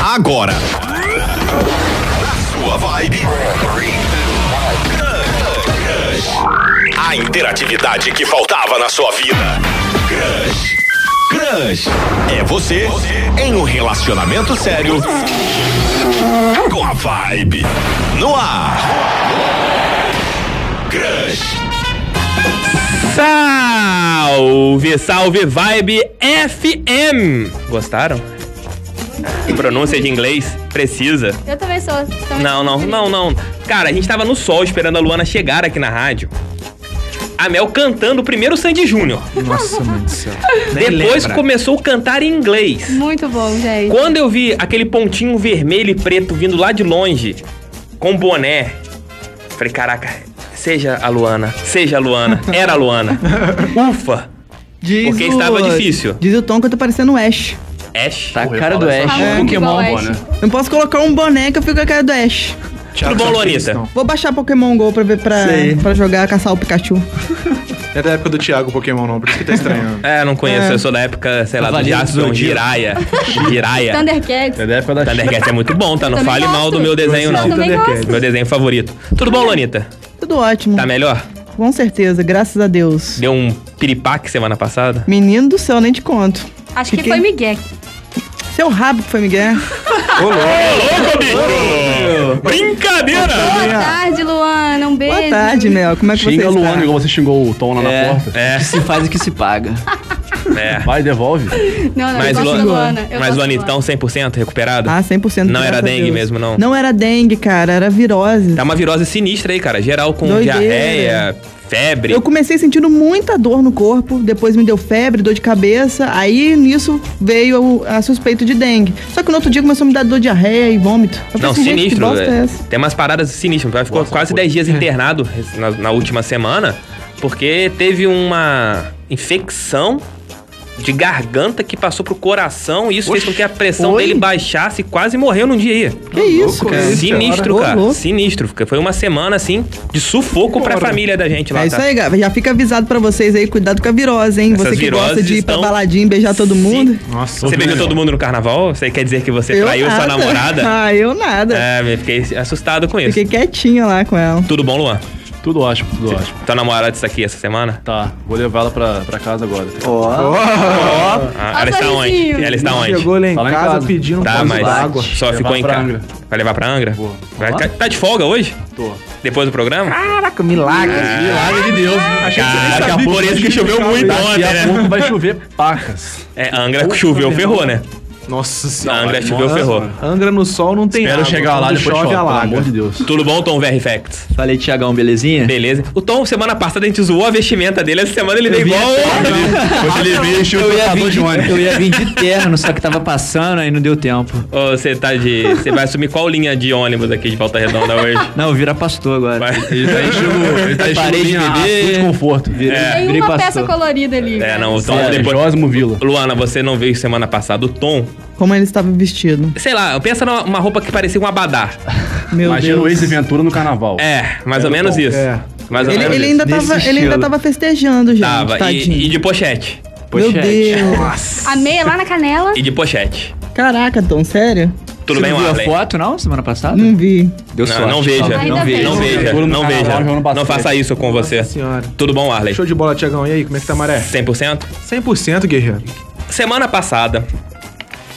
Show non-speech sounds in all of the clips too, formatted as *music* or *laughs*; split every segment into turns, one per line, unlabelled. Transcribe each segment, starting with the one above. agora. Na sua vibe. A interatividade que faltava na sua vida. Crush. Crush. É você, em um relacionamento sério. Com a vibe. No ar. Crush.
Salve, salve, vibe FM! Gostaram? Pronúncia de inglês precisa.
Eu também sou. também
Não,
sou
não,
feliz.
não, não. Cara, a gente tava no sol esperando a Luana chegar aqui na rádio. A Mel cantando o primeiro Sandy Júnior.
Nossa, mãe
*laughs*
do céu. Nem
Depois
lembra.
começou a cantar em inglês.
Muito bom, gente.
Quando eu vi aquele pontinho vermelho e preto vindo lá de longe, com boné, falei, caraca, seja a Luana, seja a Luana, era a
*laughs*
Luana. Ufa!
Diz
Porque estava difícil.
Diz o Tom que eu tô parecendo o Ash.
Ash.
Tá a
Tá.
cara
fala
do
essa
Ash.
palavra.
É, Pokémon,
Igual
bom,
Ash.
né?
Não posso colocar um boné que eu fico com a cara do Ash.
Thiago
bom,
Sanches,
Lonita?
não.
Vou baixar Pokémon GO pra ver pra,
Sei.
pra jogar, caçar o Pikachu.
É da época do Thiago Pokémon, não. Por isso que tá estranho.
É, não conheço, eu sou da época, sei lá, do
Cavaleiro do
Jaspion,
Zodíaco. *laughs*
Jiraya. Jiraya.
Thundercats.
da época da
Thundercats é muito bom, tá? Não
Também
fale mal
gosto.
do meu desenho,
Eu
não.
também
Thundercats.
gosto.
Meu desenho favorito. Tudo bom, Lonita?
Tudo ótimo.
Tá melhor?
Com certeza, graças a Deus.
Deu um piripaque semana passada?
Menino do céu, nem te conto.
Acho que
Fiquei-
foi Miguel.
Seu rabo que foi Miguel.
Ô, bicho! Brincadeira!
Boa tarde, Luana. Um beijo.
É. Boa tarde, Mel. Como é que você
Xinga
está?
o Luano igual você xingou o Tom lá
É.
na porta.
É,
Se faz o que se paga.
é.
Vai, devolve.
Não, não,
Mas,
eu gosto da
Lu-
Luana. Eu
Mas
gosto da
Luana, então 100% recuperado?
Ah, 100%
Não
graças
era
a
dengue
Deus.
mesmo, não?
Não era dengue, cara. Era virose.
Tá uma virose sinistra aí, cara. Geral com
Doideira.
diarreia, febre.
Eu comecei sentindo muita dor no corpo, depois me deu febre, dor de cabeça, aí nisso veio o- a suspeita de dengue. Só que no outro dia começou a me dar dor de diarreia e vômito. Eu falei
Não,
assim, gente, que
sinistro.
bosta é
velho.
essa?
Tem umas paradas sinistras. Vai Ficou quase 10
*laughs*
dias internado na, na última semana, porque teve uma infecção de garganta que passou pro coração e isso fez com que a pressão
Oi.
dele baixasse e quase morreu num dia aí.
Que isso,
louco,
cara?
né?
é.
Sinistro,
Ô,
cara.
louco.
Sinistro. porque Foi uma semana, assim, de sufoco pra família da gente lá,
É
tá?
isso aí, galera. Já fica avisado pra vocês aí, cuidado com a virose, hein?
Essas
você que gosta
viroses
de ir pra
estão-
baladinha e beijar todo
Sim.
mundo.
Nossa,
Você beijou
horrível.
todo mundo no carnaval? Você quer dizer que você traiu sua
nada.
namorada?
*laughs* Ah, eu nada.
É, eu fiquei assustado com isso.
Fiquei quietinha lá com ela.
Tudo bom, Luan?
Tudo ótimo, tudo ótimo.
Tua namorada está aqui essa semana?
Tá, vou levá-la pra, pra casa agora.
Ah,
Ó,
ela está onde?
sorrisinho.
Ela está onde?
Chegou lá em
Tá lá em
casa
casa.
pedindo um
Tá,
copo
mas
d'água.
só
Levar
ficou em
pra
casa.
Angra.
Vai levar pra Angra?
Vou.
Vai-
Vou lá.
tá de folga hoje?
Tô.
Depois do programa?
Caraca, milagre.
Milagre de Deus. Achei
Caraca,
sabia
por isso que choveu muito
Daqui
ontem, né?
a pouco vai *laughs* chover pacas.
É, Angra choveu, ferrou, né?
Nossa senhora.
Angra choveu, ferrou.
Angra no sol não tem
Espero
água.
chegar lá
Quando
depois chove,
chove
pelo
alaga.
amor de Deus.
Tudo bom, Tom VR Facts?
Falei, Tiagão, belezinha?
Beleza. O Tom, semana passada, a gente zoou a vestimenta dele. Essa semana ele deu igual.
Hoje ele veio e encheu o
Eu ia,
trocador de
vir de,
ônibus.
eu ia vir de terno, só que tava passando, aí não deu tempo.
Ô, Você tá de. Você vai assumir qual linha de ônibus aqui de Volta Redonda
*laughs*
hoje?
Não, vira pastor agora.
Vai.
Ele tá enchendo, ele tá enchendo
Parei de
linha
beber.
azul de conforto. É.
Virei,
Tem
virei
uma peça
pastor.
colorida ali. né?
É, não, o Tom
Sério,
depois.
Jósimo Vila.
Luana, você não veio semana passada. O Tom,
Como ele estava vestido.
sei lá, pensa numa uma roupa que parecia um abadá.
Meu
Imagina o
Deus.
ex-ventura no carnaval.
É, mais ou menos isso.
É.
Mais ou
Ele,
menos
ele
isso.
ainda
Desse
tava, ele ainda
estilo.
tava festejando, gente.
Tava.
tadinho.
E, e de pochete.
Meu
Pochete.
Deus.
A meia lá na canela.
E de pochete.
Caraca, Tom, sério?
Tudo
Você
bem,
não viu a
Marley?
foto, não? Semana passada?
Não vi.
Deu
Não,
sorte.
não veja.
Ainda
Não
bem.
veja, não veja,
Seguro no
não
carnaval,
veja.
jogando
Não
basquete.
faça isso com você. é
senhora.
Tudo bom, Arley?
Show de bola, Tiagão. E aí, como é que tá, Maré?
100%?
100% guerreiro.
Semana passada,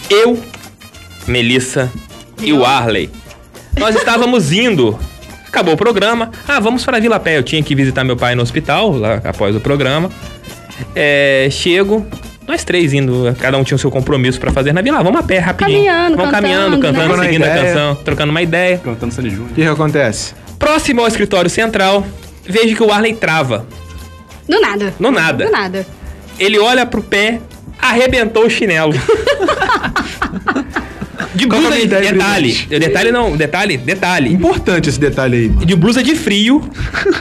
eu, Melissa e o Arley, nós estávamos indo. Acabou o programa. Ah, vamos para Vila Pé. Eu tinha que visitar meu pai no hospital, lá após o programa. É, chego, nós três indo, cada um tinha o seu compromisso para fazer na vila. Ah, vamos a pé rapidinho.
Caminhando,
vamos caminhando,
cantando,
cantando,
né?
seguindo a
Trocando uma
canção, trocando uma ideia.
Cantando Sandy Júnior.
O que, que acontece?
Próximo ao escritório central, vejo que o Arley trava.
Do nada.
No nada.
Do nada.
Ele olha pro pé, arrebentou o chinelo. *laughs* De
Qual que é a
blusa de
ideia,
detalhe.
brilhante?
Detalhe não, detalhe, detalhe.
Importante esse detalhe aí. mano.
De blusa de frio,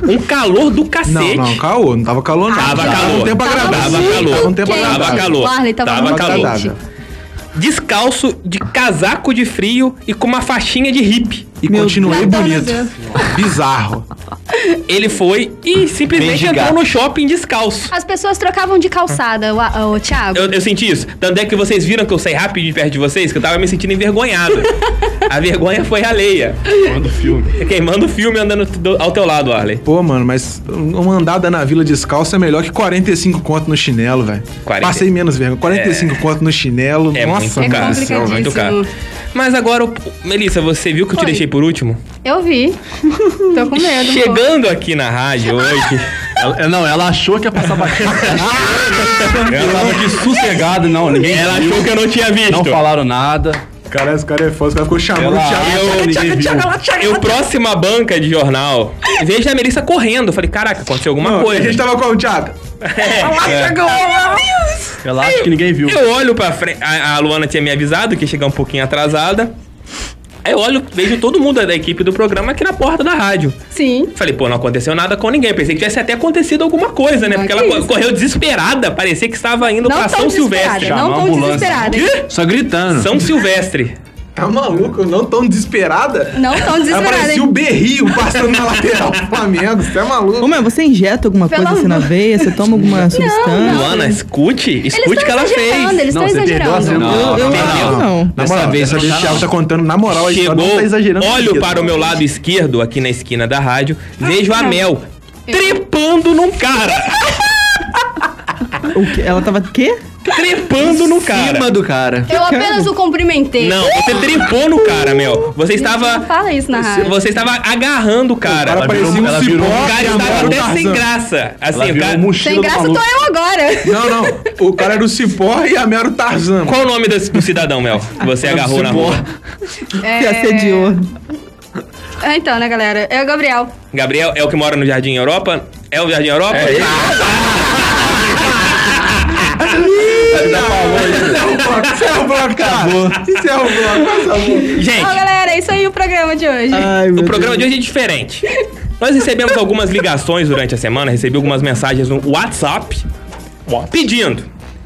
um calor do
Não,
cacete.
não, caô. Não tava calor, não.
Tava calor.
Um tempo
Tava
agradável.
Tava calor.
Um tempo
quente.
agradável.
Tava calor.
O Arley tava
Tava
muito
calor.
quente.
Descalço, de casaco de frio e com uma faixinha de hippie.
E
Meu
continuei
Deus.
bonito. Bizarro.
Ele foi e simplesmente
Mendigar.
entrou no shopping descalço.
As pessoas trocavam de calçada, o, a- o Thiago.
Eu, eu senti isso. Tanto é que vocês viram que eu saí rápido de perto de vocês, que eu tava me sentindo
*laughs*
envergonhado. A vergonha foi alheia.
Manda o filme.
Queimando o filme andando do- ao teu lado, Arley.
Pô, mano, mas uma andada na vila descalço é melhor que 45 conto no chinelo, velho.
40.
Passei menos vergonha. 45 conto no chinelo.
É muito
nossa, mano.
caro.
do céu,
é
velho.
muito caro. Mas agora, o- Melissa, você viu que eu te
Oi.
deixei por último?
Eu vi. Tô com medo. um pouco.
Chegando aqui na rádio
*laughs*
hoje,
Ela- é, não, ela achou que ia passar *laughs* batido. ela tava aqui sossegada, não. Ninguém
ela
viu,
achou que eu não tinha visto.
não falaram nada.
Cara, esse cara é foda. Esse cara ficou chamando
Ela
o Thiago.
achou, ninguém viu.
Eu, próxima banca de jornal, vejo a Melissa correndo. Eu Falei, caraca, aconteceu alguma
Não,
coisa.
A gente tá tava com o Thiago.
Ela acha que ninguém viu.
Eu olho pra frente. A, a Luana tinha me avisado que ia chegar um pouquinho atrasada. Aí eu olho, vejo todo mundo da equipe do programa aqui na porta da rádio.
Sim.
Falei, pô, não aconteceu nada com ninguém. Pensei que tivesse até acontecido alguma coisa, né?
Não,
Porque
que
ela co-
isso.
correu desesperada. Parecia que estava indo pra
Não tão
São
desesperada.
Silvestre.
Chamar
Não
a
tão
ambulância.
desesperada.
Quê?
Só gritando.
São Silvestre.
Tá maluco? Não tão desesperada?
Não
Ah,
tão
Ela
desesperada.
parecia o
hein?
berrio passando na lateral do Flamengo. Você é maluco?
Ô, mas você injeta alguma
Pelo
coisa assim na
amor.
veia? Você toma
*laughs*
alguma substância?
Luana, escute.
Eles
Escute o que
estão
ela fez.
exagerando, eles estão exagerando.
Não,
eu
tá
acho que não.
Na
Dessa
moral,
vez
dessa
não
vez
tá,
o Thiago
não.
tá contando na moral a história, não
Chegou,
tá exagerando.
olho
mesmo.
para o meu lado esquerdo, aqui na esquina da rádio, vejo a Mel trepando num cara.
O quê? Ela tava o quê?
Trepando no cara.
Cima do cara.
Eu apenas o cumprimentei.
Não, você trepou no cara, Mel. Você
Não
estava.
fala isso na rádio.
Você estava agarrando o cara.
Ela
O
parecia
virou-
um
ela virou-
cipó.
cara estava até sem graça.
Ela
Assim, o
virou
um
a
cara.
mochila
Sem
do
graça tô
maluco.
eu
*laughs*
agora.
Não, não. O cara era o cipó e a Mel era o Tarzan.
Qual o nome desse, do cidadão, Mel? que
*laughs*
Você agarrou na
um
rua.
Que
É.
assediou.
Ah, Então, né, galera? É o Gabriel.
Gabriel é o que mora no Jardim Europa? É o Jardim Europa? É ele.
Encerra o é um bloco, cara. Encerra o bloco. Nossa, amor.
Gente,
Ó, galera, é isso aí o programa de hoje.
Ai,
O
meu
programa
Deus.
de hoje é diferente. Nós recebemos algumas ligações durante a semana, recebi algumas mensagens no WhatsApp pedindo: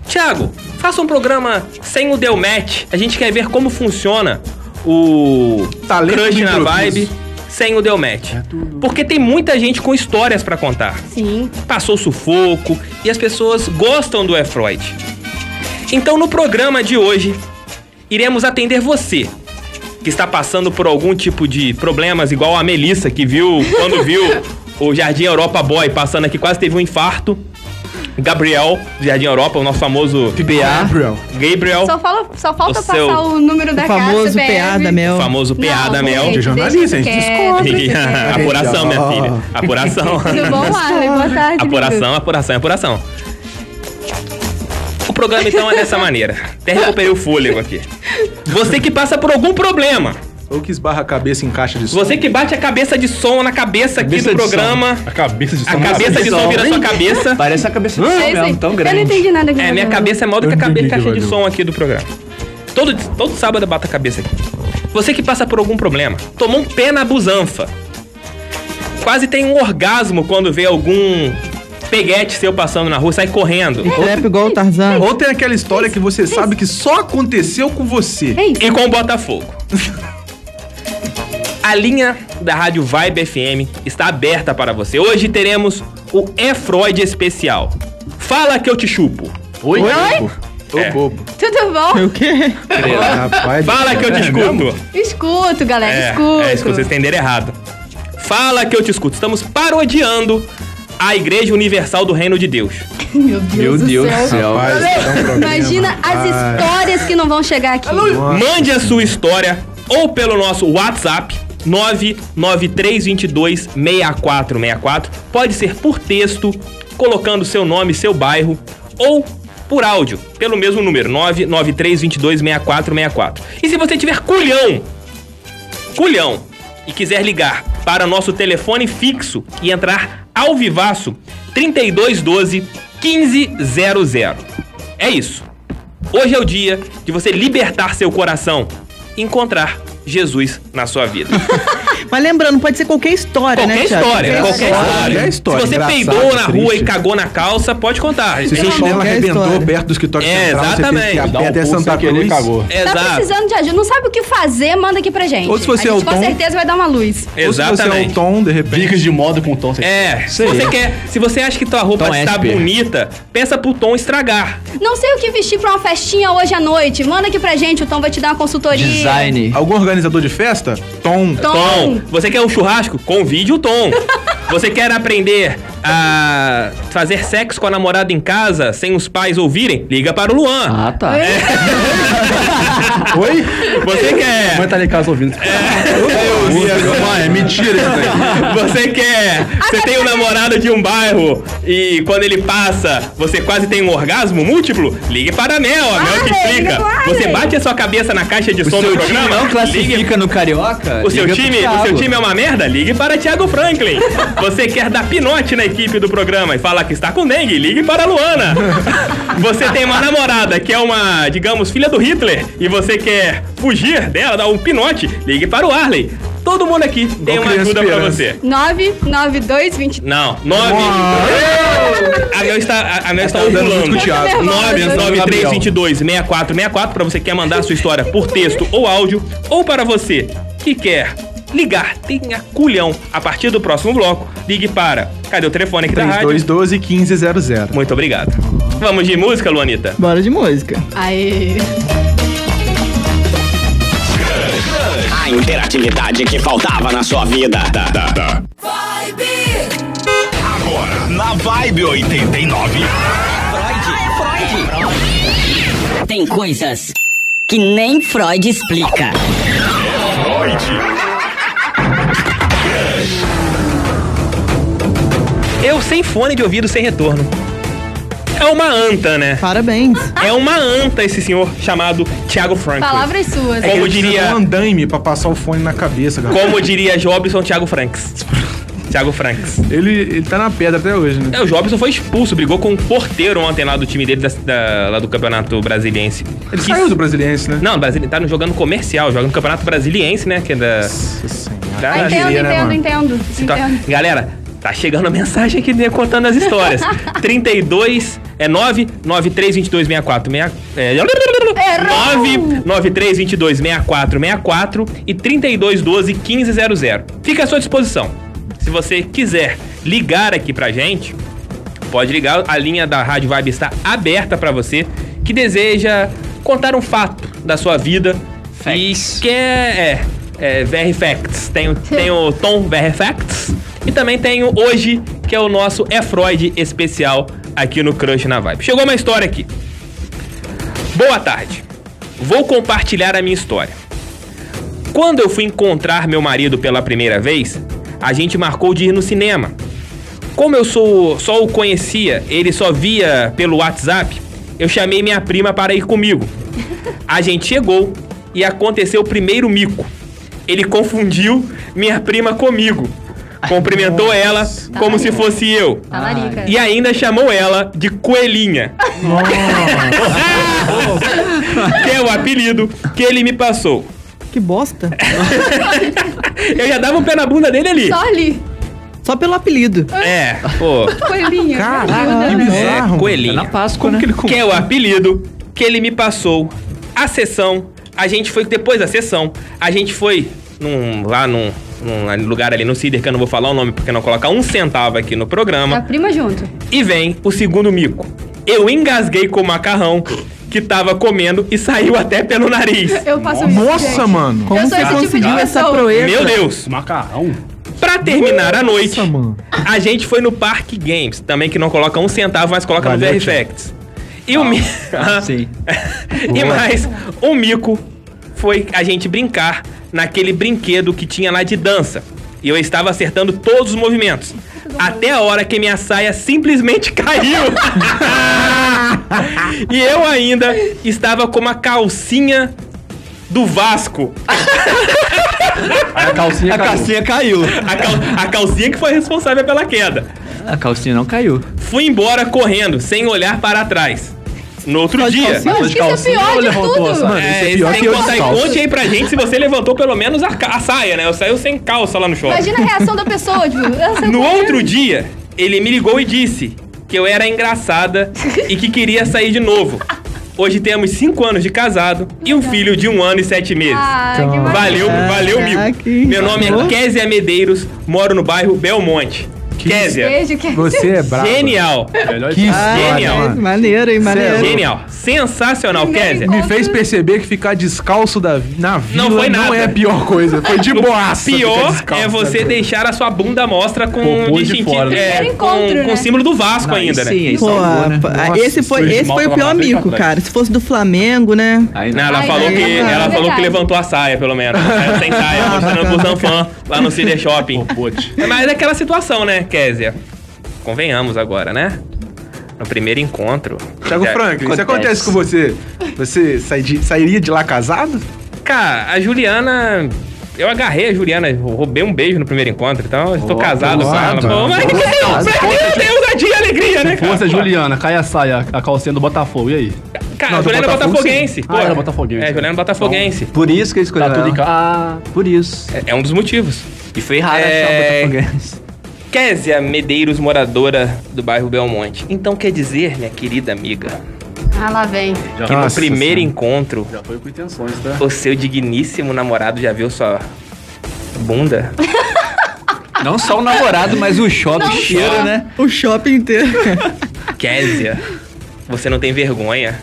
Thiago, faça um programa sem o Delmatch. A gente quer ver como funciona o
Talento
Crush
do
na
improviso. É
Vibe sem o Delmatch. Porque tem muita gente com histórias pra contar
Sim.
passou sufoco e as pessoas gostam do E-Freud. Então, no programa de hoje, iremos atender você que está passando por algum tipo de problemas, igual a Melissa, que viu quando viu o Jardim Europa Boy passando aqui, quase teve um infarto. Gabriel, do Jardim Europa, o nosso famoso
Gabriel.
Gabriel,
Só, fala, só
O
falta passar
seu-
o número da
O
casa.
famoso
CPF.
PA da Mel.
o famoso PA da
Não,
Mel.
gente,
De jornalista,
deixa
gente,
quieto,
descobre,
quieto.
apuração, minha filha. Apuração.
Tudo bom, Arley? Boa tarde. lindo.
*laughs* Apuração, apuração, apuração. O programa então é dessa maneira. Até recuperei o fôlego aqui. Você que passa por algum problema,
Ou que esbarra a cabeça em caixa de som.
você que bate a cabeça de som na cabeça aqui
Cabeça
do
de som.
programa,
A cabeça de é assim.
a cabeça de som vira sua cabeça.
Parece a cabeça do
É
um
céu
isso aí.
mesmo, tão
Eu não
grande.
entendi nada aqui.
É,
no
minha
programa.
cabeça é maior do que a cabeça,
entendi,
caixa de
valeu.
som aqui do programa. Todo, todo sábado eu bato a cabeça aqui. Você que passa por algum problema, tomou um pé na busanfa. Quase tem um orgasmo quando vê algum peguete seu passando na rua, sai correndo.
Trepa igual o Tarzan.
Ou tem aquela história que você sabe que só aconteceu com você.
É isso.
e com o Botafogo. A linha da Rádio Vibe FM está aberta para você. Hoje teremos o É Freud especial. Fala que eu te chupo.
Oi?
Ô,
É.
bobo.
*laughs*
Tudo bom?
O quê?
Rapaz.
Fala que eu te escuto.
Escuto, galera,
É,
escuto.
é, escuta, vocês entenderam errado. Fala que eu te escuto. Estamos parodiando a Igreja Universal do Reino de Deus.
Meu Deus,
Meu
do
Deus do
céu.
céu.
Rapaz, dá um problema.
Imagina as histórias que não vão chegar aqui.
Mande a sua história ou pelo nosso WhatsApp 993226464. Pode ser por texto, colocando seu nome, seu bairro ou por áudio, pelo mesmo número 993226464. E se você tiver culhão, culhão e quiser ligar para nosso telefone fixo e entrar ao vivaço 3212 1500. É isso. Hoje é o dia
*laughs*
de você libertar seu coração e encontrar Jesus na sua vida.
Mas lembrando, pode ser qualquer história,
Qualquer
né, Thiago?
história, qualquer
história.
história.
Qualquer história,
Se você
engraçado,
peidou na rua
triste.
e cagou na calça, pode contar.
Se seu
Pelo
chinelo
amor de
arrebentou
Deus.
perto do escritório
É,
central, você
exatamente.
teve que ir
um
Dá
a pé até Santa Cruz.
cagou.
Tá
Exato.
precisando de ajuda, não sabe o que fazer, manda aqui pra gente.
Ou se você
a
é
gente
o
com
Tom.
certeza vai dar uma luz.
Ou se você é o
Exatamente.
Tom, de repente.
Dicas de moda com tom. sem-
É, se você quer, se você acha que tua roupa
Tom
está
Esper.
bonita, peça pro Tom estragar.
Não sei o que vestir pra uma festinha hoje à noite. Manda aqui pra gente, o Tom vai te dar uma consultoria.
Design.
Algum organizador de festa? Tom.
Tom.
Tom, você quer um churrasco? Convide o
*laughs*
Tom. Você quer aprender a fazer sexo com a namorada em casa sem os pais ouvirem? Liga para o Luan.
Ah, tá.
Oi?
Você
*laughs*
quer.
Mãe tá ali em casa ouvindo.
Mãe, é mentira isso aí.
Você quer. Você tem um namorado de um bairro e quando ele passa, você quase tem um orgasmo múltiplo? Ligue para a Mel, a Mel que
Arley,
explica.
liga pro Arley.
Você bate a sua cabeça na caixa de som do
Seu time
programa?
não
Ligue
classifica no Carioca?
O seu,
Liga pro
time, o
Thiago.
seu time é uma merda? Ligue para Thiago Franklin. Você quer dar pinote na equipe do programa e falar que está com dengue? Ligue para a Luana. Você tem uma namorada que é uma, digamos, filha do Hitler e você quer fugir dela, dar um pinote? Ligue para o Arley. Todo mundo aqui tem uma
criança
ajuda para
esperança.
você.
992 20...
Não, nove. A Mel está, a- a Mel está
tá dando junto com
ondulando.
o Thiago.
Eu tô nervosa.
993226464 para você que quer mandar a sua história por texto ou áudio ou para você que quer ligar, tenha culhão. A partir do próximo bloco, ligue para. Cadê o telefone aqui da rádio?
3212 1500.
Muito obrigado. Vamos de música, Luanita?
Bora de música.
Aí.
A interatividade que faltava na sua vida. Agora, na Vibe 89.
Tem coisas que nem Freud explica.
Freud.
Eu sem fone de ouvido, sem retorno. É uma anta, né?
Parabéns.
É uma anta esse senhor chamado Thiago Franklin.
Palavras suas.
É. Como
Ele precisa
diria-
de um andaime pra passar o fone na cabeça, galera.
Como diria Jobson, Thiago Franks. Thiago Franks.
Ele, ele tá na pedra até hoje, né?
É, o Jobson foi expulso, brigou com um porteiro ontem lá do time dele, da, da- lá do Campeonato Brasiliense.
Ele
Que-
saiu do Brasiliense, né?
Não, Brasília, tá no- jogando comercial, joga no Campeonato Brasiliense, né? Que é da.
Nossa senhora.
da-
Ah, entendo,
diria, né,
entendo,
mano?
entendo,
se to-
entendo.
Galera, tá chegando a mensagem aqui né, contando as
*laughs*
histórias. 32 é 993226464. É, 993226464 e 32121500. Fica à sua disposição. Se você quiser ligar aqui pra gente, pode ligar. A linha da Rádio Vibe está aberta pra você que deseja contar um fato da sua vida.
Facts.
E quer. É, é VR Facts. Tem, o- tem o Tom VR Facts. E também tem o Hoje, que é o nosso É Freud especial aqui no Crush na Vibe. Chegou uma história aqui. Boa tarde. Vou compartilhar a minha história. Quando eu fui encontrar meu marido pela primeira vez, a gente marcou de ir no cinema. Como eu sou, só o conhecia, ele só via pelo WhatsApp, eu chamei minha prima para ir comigo. A gente chegou e aconteceu o primeiro mico. Ele confundiu minha prima comigo. Cumprimentou ela como se fosse eu.
Tá larica.
E ainda chamou ela de Coelhinha. *laughs* que é o apelido que ele me passou.
Que bosta.
Eu já dava um pé na bunda dele ali.
Só ali.
Só pelo apelido. né?
É, pô.
Coelhinho.
Caraca,
tipo
que bizarro.
É,
Tá na
coelhinha.
Páscoa,
Como
né?
que ele com...
Que é o apelido que ele me passou. A sessão, a gente foi, depois da sessão, a gente foi num, lá num, num lugar ali no Cider, que eu não vou falar o nome porque não coloca um centavo aqui no
Da
programa.
Tá prima junto.
E vem o segundo mico. Eu engasguei com o macarrão que tava comendo e saiu até pelo nariz.
Eu passo isso,
Nossa,
gente.
mano.
Como
sou
você
esse tipo de
conseguiu essa
pessoa.
proeza?
Meu Deus!
Macarrão.
Pra terminar a noite,
Nossa, mano.
a gente foi no Parque Games, também que não coloca um centavo, mas coloca
Valeu,
no VR
Thiago.
Facts. E o mi... *laughs*
Sim.
e mais, o mico foi a gente brincar naquele brinquedo que tinha lá de dança. E eu estava acertando todos os movimentos. Até a hora que minha saia simplesmente *laughs* caiu. e eu ainda estava com uma calcinha do Vasco.
Aí a calcinha
A
caiu.
calcinha caiu.
A, cal- a calcinha que foi responsável pela queda.
A calcinha não caiu.
Fui embora correndo, sem olhar para trás. No outro
Pode
dia.
calcinha?
Acho que isso é pior de tudo.
Mano, isso é pior
tem
que eu
contar
de
aí,
calça.
Conte aí pra gente se você levantou pelo menos a, ca- a saia, né? Eu saí sem calça lá no shopping.
Imagina a reação da pessoa, tipo... essa-
No outro dia, ele me ligou e disse que eu era
*laughs*
engraçada e que queria sair de novo. Hoje temos 5 anos de casado e um filho de um ano e sete meses.
Ah, que maravilha.
valeu, valeu,
Ah,
Caraca,
mil. Meu nome é
amor.
Kézia Medeiros, moro no bairro Belmonte. Kézia,
Beijo, que...
Você é brabo.
genial.
Que
Genial. é
Ai, maneiro, hein? Maneiro.
Genial. Sensacional,
Ninguém
Kézia.
Me fez perceber que ficar descalço da, na vila não,
foi nada.
é a pior coisa. Foi de
*laughs* O
boaça. ficar
pior
descalço,
é você
sabe?
deixar a sua bunda à mostra com
Popô né, de fora, né?
é,
Primeiro
com,
encontro,
com
né?
o símbolo do Vasco ainda, né?
sim, é isso.
Pô,
salvou, né?
pá,
Nossa,
esse foi,
foi
esse foi o
mal
pior
pra
mico,
trás.
cara. Se fosse do Flamengo, né?
Aí
Não, ela
Ai,
falou
não,
que ela
não, não,
falou
é verdade.
que levantou a saia, pelo
*laughs*
menos. Ela sem saia, mostrando pro Zanfan lá no Cine Shopping.
Pote.
Mas é aquela situação, né, Kézia? Convenhamos agora, né? No primeiro encontro.
Thiago
Já-
Franklin, isso acontece
acontece.
com você? Você sai de- sairia de lá casado?
Cara, a Juliana. Eu agarrei a Juliana, eu roubei um beijo no primeiro encontro, então eu estou casado com ela.
mano.
Pô, Mas que tem, tem ousadia e alegria, né, cara?
Força, Juliana, cai a saia, a calcinha do Botafogo. E aí?
Cara,
Não,
a
do
Juliana é
Botafogo,
botafoguense.
sim. Ah, era botafoguense.
É, Juliana é botafoguense.
Por isso que eles
Tá
escolheram
tudo em
ela.
casa. Ah, por isso.
É- É um dos motivos.
E foi errado
É.
achar o Botafoguense.
Késia Medeiros, moradora do bairro Belmonte. Então quer dizer, minha querida amiga,
*laughs* Ah, lá vem.
Já,
que no primeiro encontro,
já foi com intenções, tá?
o seu digníssimo namorado já viu sua *laughs* bunda?
Não só o namorado, mas o shopping, o
Não
cheiro,
só.
né?
O
*laughs*
shopping inteiro.
Késia, você não tem vergonha.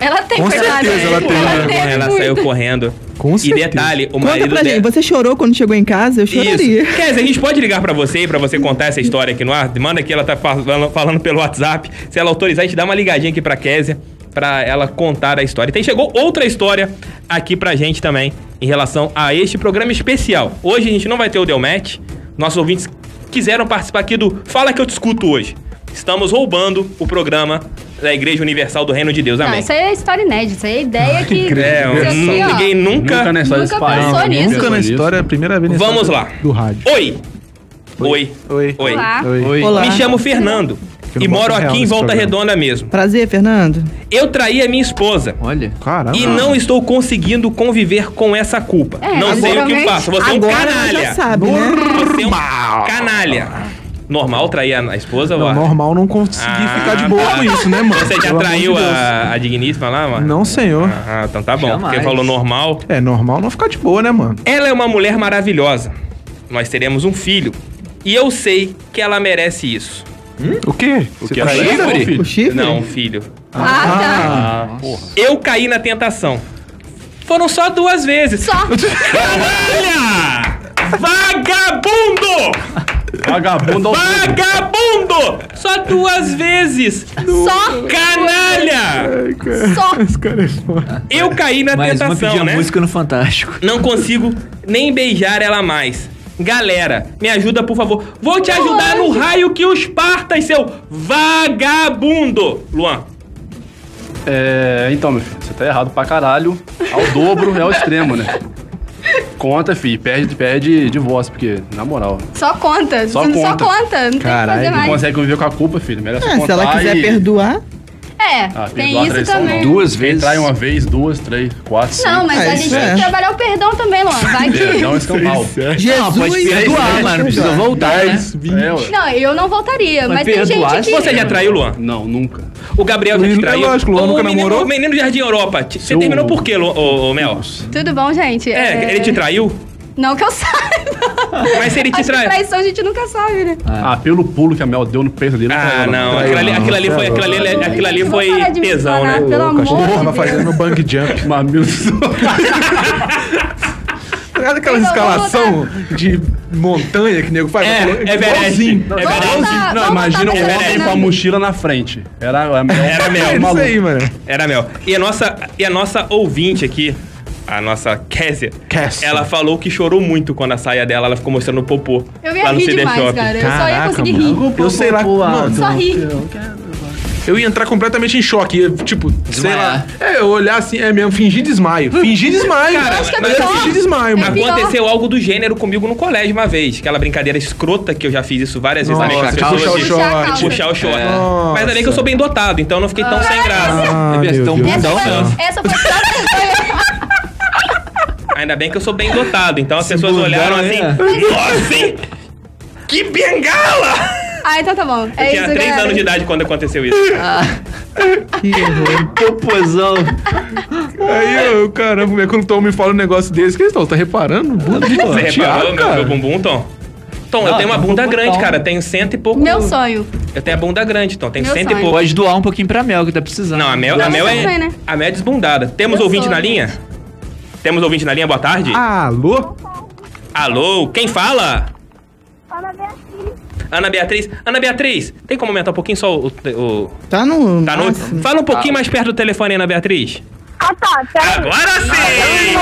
Ela tem
Com
verdade.
certeza ela tem, né?
Ela
Vergonha, ela
muito.
saiu correndo.
Com
E
certeza.
detalhe, o
Conta
marido
pra gente,
dela...
você chorou quando chegou em casa? Eu choraria.
Isso. Kézia, a gente pode ligar pra você e pra você contar essa história aqui no ar? Manda aqui, ela tá falando, falando pelo WhatsApp. Se ela autorizar, a gente dá uma ligadinha aqui pra Kézia pra ela contar a história. E tem, chegou outra história aqui pra gente também em relação a este programa especial. Hoje a gente não vai ter o Delmatch. Nossos ouvintes quiseram participar aqui do Fala Que Eu Te Escuto Hoje. Estamos roubando o programa da Igreja Universal do Reino de Deus.
Não,
Amém.
isso aí é história inédita. Isso aí é ideia que...
é,
Isso aqui,
nu-
ó.
ninguém nunca... né?
Nunca na história desse
nunca
país.
pensou nisso.
Nunca na história, é a primeira vez na
Vamos
história
lá.
do rádio.
Oi. Oi.
Oi.
Oi.
Olá.
Oi.
Olá.
Me chamo Fernando
não
e
bota
moro
real
aqui em
nesse
Volta
programa.
Redonda mesmo.
Prazer, Fernando.
Eu traí a minha esposa
Olha.
Caramba.
e não estou conseguindo conviver com essa culpa.
É,
não sei o que eu
provavelmente-
faço. Você é um
Agora ela
canalha.
já sabe, né?
Você é um canalha. Normal trair a a esposa,
Não,
Vá?
É normal não conseguir
Ah,
ficar de boa
tá.
com isso, né, mano?
Você já
Pelo amor
traiu
de Deus.
a, a digníssima lá, mano?
Não, senhor.
Ah, então tá bom.
Jamais.
Porque falou normal.
É normal não ficar de boa, né, mano?
Ela é uma mulher maravilhosa. Nós teremos um filho. E eu sei que ela merece isso.
O quê? O
que é chifre?
O chifre?
Não, filho.
Ah, tá.
Ah, porra.
Eu caí na tentação. Foram só duas vezes.
Só.
Olha! Vagabundo!
Vagabundo ao vivo.
Vagabundo! Só duas vezes!
Só.
Canalha!
Só.
Eu caí na
Mais uma
tentação,
pedia
né?
música no Fantástico.
Não consigo nem beijar ela mais. Galera, me ajuda, por favor. Vou te ajudar no raio que os partas, seu vagabundo! Luan.
É, então, meu filho, você tá errado pra caralho. Ao dobro é ao extremo, né? Conta, filho. Perde, perde de voz, porque, na moral,
Só conta.
Só
Só conta.
conta.
Não
Caralho,
tem que
não
fazer é mais.
consegue conviver com a culpa, filho. é Melhor você
Ah, se
contar
ela quiser
e...
perdoar,
É,
Ah, perdoar
tem
a
isso
traição,
também.
não.
Duas
Quem
vezes.
trai uma vez, duas, três, quatro, cinco.
Não, mas
É,
a
isso
gente
é.
tem que trabalhar o perdão também, Luan. Vai
É,
que.
dá um escambau.
é.
Jesus
Não, pode perdoar, mano. Não precisa voltar, né?
É, ué.
Não, eu não voltaria, mas,
Mas
tem
perdoar,
gente que.
Você já traiu, Luan?
Não, nunca.
O Gabriel já
Menino-
te traiu.
é lógico, Luan
o
nunca
menino,
namorou.
o menino Jardim Europa. te- Você
Seu-
terminou por quê, Lu- ô, ô, Mel?
Tudo bom, gente?
É, ele te traiu?
Não que eu saiba.
Mas se ele te
Acho que
trai-
traição a gente nunca sabe, né?
Ah, pelo pulo que a Mel deu no peito dele.
Ah,
caiu,
não. Aquilo ali, aquilo ali foi, aquilo ali, aquilo ali
Gente,
foi
vamos parar de me
tesão,
falar,
né?
Pelo amor de
Porra, vai
Deus.
Tá
fazendo bang
*laughs*
jump.
Mamilos.
Olha Tá aquelas
Não, vamos
escalação de montanha que o nego faz.
É,
Igualzinho.
Everest.
Não,
Everest.
voltar,
não
vamos
imagina um
voltar pra né?
homem
Fernanda.
com a mochila na frente. Era, a Mel.
Era Mel,
É isso
maluco.
aí, mano.
Era Mel. E a nossa, e a nossa ouvinte aqui, a nossa Kézia,
Kézia.
ela falou que chorou muito quando a saia dela ela ficou mostrando o popô
Eu ia rir
CD
demais,
Shop.
cara. Eu só ia conseguir rir.
Eu sei lá.
Pô,
mano,
Só rir.
eu ia entrar completamente em choque. Ia, tipo,
Desmaiar.
sei lá. É, eu olhar assim, é mesmo, fingir desmaio. Fingir desmaio.
Cara,
mas
acho que é
eu
pior.
fingi desmaio,
É
mano.
pior.
Aconteceu algo do gênero comigo no colégio uma vez. Aquela brincadeira escrota que eu já fiz isso várias vezes.
Nossa,
na minha
puxar
escola
o
de-
short.
Puxar o short.
Nossa.
Mas ainda bem que eu sou bem dotado, então eu não fiquei tão sem graça.
Ah,
Deve ser
meu
tão
Deus.
Essa
Então,
Não,
foi,
não.
é.
essa foi só vergonha.
Ainda bem que eu sou bem dotado, então as pessoas
bundão,
olharam assim...
né?
Nossa, hein? Que bengala!
Ah, então tá bom. É
eu
isso,
tinha 3
galera.
anos de idade quando aconteceu isso.
Que horror.
Popozão.
Aí, eu, caramba, é quando o Tom me fala um negócio desse, que eles estão, tá reparando? Bunda de
Você reparou
Thiago,
meu, né, meu
cara.
bumbum, Tom? Tom, eu
Não,
tenho uma
tá um
bunda
bumbum
grande,
bom.
cara. Tenho cento e pouco.
Meu sonho.
Eu tenho a bunda grande, Tom. Tenho
Meu
cento e
sonho.
pouco.
Pode doar um pouquinho pra Mel, que tá precisando.
Não, a Mel,
Não,
a Mel
você
é.
também, né?
A Mel é desbundada. Temos
Eu
ouvinte
sou, Ah.
na linha? Temos ouvinte na linha, boa tarde.
Alô?
Alô, quem fala? Ana Beatriz. Ana Beatriz, tem como aumentar um pouquinho só o. o-
Tá no.
tá no...
máximo.
Fala um pouquinho mais perto do telefone, Ana Beatriz.
Ah, tá, peraí.
Agora
Tá.
sim!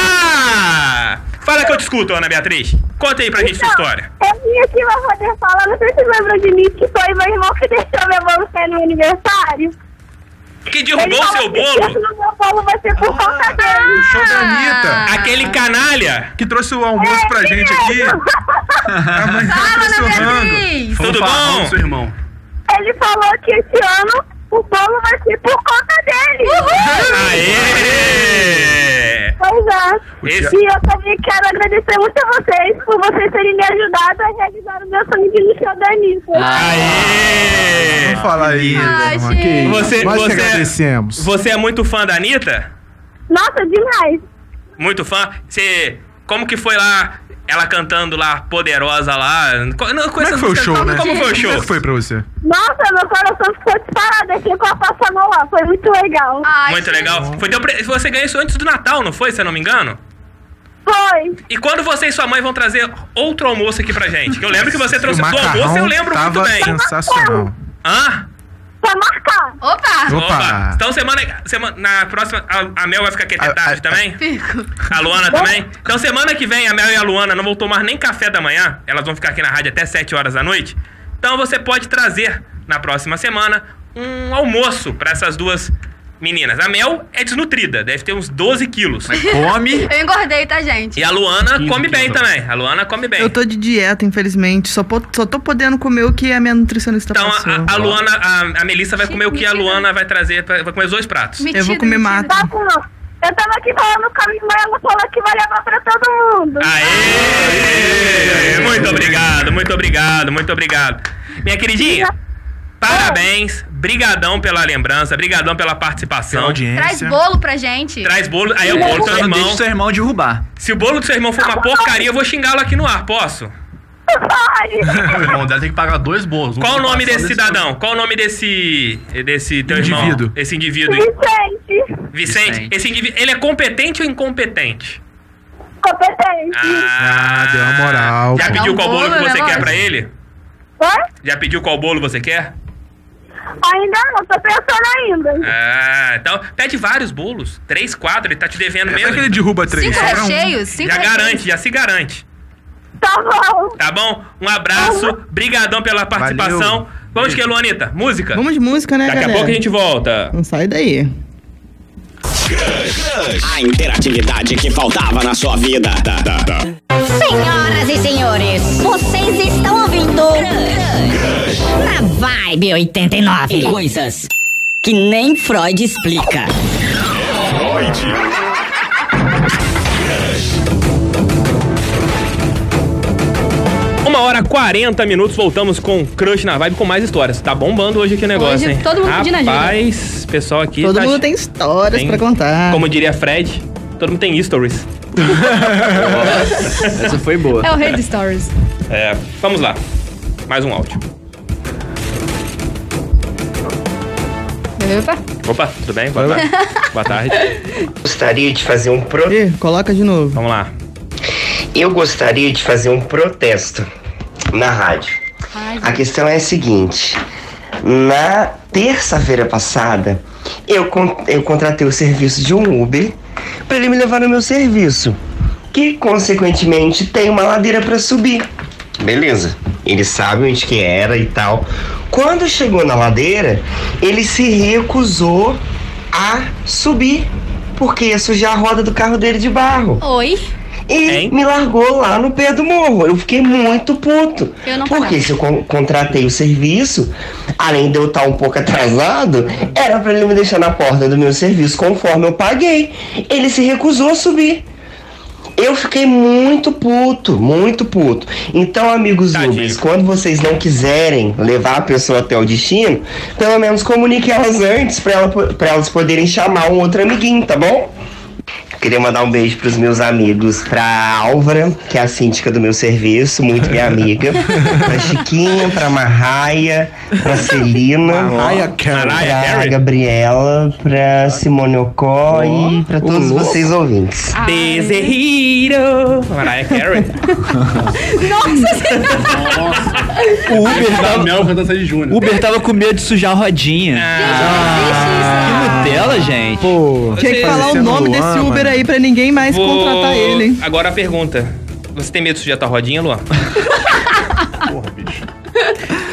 Ah! Fala que eu te escuto, Ana Beatriz. Conta aí pra gente sua
Então,
história.
Eu vim aqui pra poder falar, não sei se lembra de mim, que foi meu irmão que deixou meu bolo cair no meu aniversário.
Que derrubou o
falou
assim,
seu
que
bolo? Ah!
dentro do meu bolo vai ser por falta dele.
Show da Anitta,
Aquele canalha.
que trouxe o almoço pra gente aqui. A mãe tá
Fala, Ana
impressionando.
Beatriz.
Tudo
Fanfarrão
bom?
do seu irmão.
Ele falou que esse ano o bolo vai ser por conta dele.
Aê!
Pois é.
Esse-
E eu também quero agradecer muito a vocês por vocês terem me ajudado a realizar o meu sonho de no show da Anitta.
Aê!
Vamos falar isso.
Ai,
irmã, que
gente.
isso.
Você-
Nós
você-
que agradecemos.
Você é muito fã da Anitta?
Nossa, demais.
Muito fã? Você. Como que foi lá? Ela cantando lá, poderosa lá. Co- Não,
Como é que foi o show, né?
Como foi o show?
Como é que foi pra você?
Nossa, meu coração ficou disparado aqui com a Passa Noa. Foi muito legal.
Ah.
Ai,
Muito
gente.
legal. Foi teu pre- Você ganhou isso antes do Natal, não foi? Se eu não me engano?
Foi.
E quando você e sua mãe vão trazer outro almoço aqui pra gente? Que Eu lembro que você trouxe
o
do almoço, eu lembro
tava
muito bem.
sensacional.
Hã?
Pra marcar.
Opa!
Opa!
Então semana, semana. Na próxima. A, a Mel vai ficar aqui até
A-
tarde
a-
também?
Fico.
A Luana também? Então semana que vem a Mel e a Luana não vão tomar nem café da manhã. Elas vão ficar aqui na rádio até 7 horas da noite. Então você pode trazer na próxima semana um almoço pra essas duas meninas. A Mel é desnutrida, deve ter uns 12 quilos.
Come.
Eu engordei, tá, gente?
E a Luana
15
come bem
quilos.
também. A Luana come bem.
Eu tô de dieta, infelizmente. Só, po- só tô podendo comer o que a minha nutricionista
Então
passou.
a, a Luana, a, a Melissa vai
Gente,
comer o que a
mentira.
Luana vai trazer, pra- vai comer os dois pratos.
Mentira,
Eu vou comer
mentira.
mato.
Tá com... Eu tava aqui falando com a minha irmã, ela falou que vai levar pra todo mundo.
Aê! Muito obrigado, muito obrigado, muito obrigado. Minha queridinha, parabéns. Brigadão pela lembrança, brigadão pela participação.
Traz bolo pra gente.
Traz bolo, aí é o bolo do seu
Só não deixa o
irmão.
seu irmão derrubar.
Se o bolo do seu irmão for uma porcaria, eu vou xingá-lo aqui no ar, posso?
Vai.
O irmão dela tem que pagar dois bolos. um
Qual o
pra
nome
cada
desse
desse-
cidadão? Qual o nome desse desse teu
Indivíduo.
irmão? Esse indivíduo. hein?
Vicente.
Vicente,
Vicente.
esse indivíduo, ele é competente ou incompetente?
Competente.
Ah,
deu uma moral,
Já
pô.
pediu
Dá um
qual bolo
bolo,
que você
né,
quer
mano?
pra ele?
Hã?
Já pediu qual bolo você quer?
Ainda não, tô pensando ainda.
Ah, então pede vários bolos. Três, quatro, ele tá te devendo
É
Será é que ele
mesmo.
derruba três?
Cinco
Só pra um?
recheios, cinco
Já
recheios.
garante, já se garante.
Tá bom.
Tá bom? Um abraço, brigadão pela participação. Vamos que, Luanita? Música?
Vamos de música, né,
Daqui
galera?
a pouco a gente volta.
Não sai daí.
A interatividade que faltava na sua vida.
Senhoras e senhores, vocês estão ouvindo na Vibe 89.
Coisas.
Que nem Freud explica.
Uma hora 40 minutos, voltamos com Crush na Vibe com mais histórias. Tá bombando hoje aqui o negócio,
Hoje,
hein?
todo mundo
Rapaz,
pedindo ajuda.
pessoal aqui.
Todo
tá
mundo
ach-
tem histórias
tem-
pra contar.
Como diria Fred, todo mundo tem stories.
Essa foi boa.
É o rei de stories.
É, vamos lá. Mais um áudio.
Opa.
Opa, tudo bem? Boa tarde. Boa tarde.
gostaria de fazer um pro...
Ih, coloca de novo.
Vamos lá.
Eu gostaria de fazer um protesto na rádio.
Ai,
A questão é a seguinte: na terça-feira passada, eu, con- eu contratei o serviço de um Uber para ele me levar no meu serviço, que consequentemente tem uma ladeira para subir. Beleza, ele sabe onde que era e tal. Quando chegou na ladeira, ele se recusou a subir, porque ia sujar a roda do carro dele de barro.
Oi?
E me largou lá no pé do morro. Eu fiquei muito puto.
Eu não
porque
pagava.
se eu con- contratei o serviço, além de eu estar um pouco atrasado, era pra ele me deixar na porta do meu serviço conforme eu paguei. Ele se recusou a subir. Eu fiquei muito puto, muito puto. Então, amigos
Tá
Ubers, quando vocês não quiserem levar a pessoa até o destino, pelo menos comunique elas antes pra, ela, po- pra elas poderem chamar um outro amiguinho, tá bom? Queria mandar um beijo pros meus amigos, pra Álvara, que é a síndica do meu serviço, muito minha amiga, pra Chiquinha, pra Marraia, pra Celina,
Mariah Carey.
pra Gabriela, pra Simone Ocó e pra todos
louco.
vocês ouvintes.
Desejiro. Mariah Carey.
Nossa *laughs* senhora!
O Uber tava,
Mel cantando Sandy Júnior.
Uber tava com medo de sujar a rodinha.
Ah.
que Nutella, gente. Pô,
Tinha que falar o nome desse Uber aí pra ninguém mais
Vou-
contratar ele, hein?
Agora a pergunta. Você tem medo de sujar tua rodinha, Luan?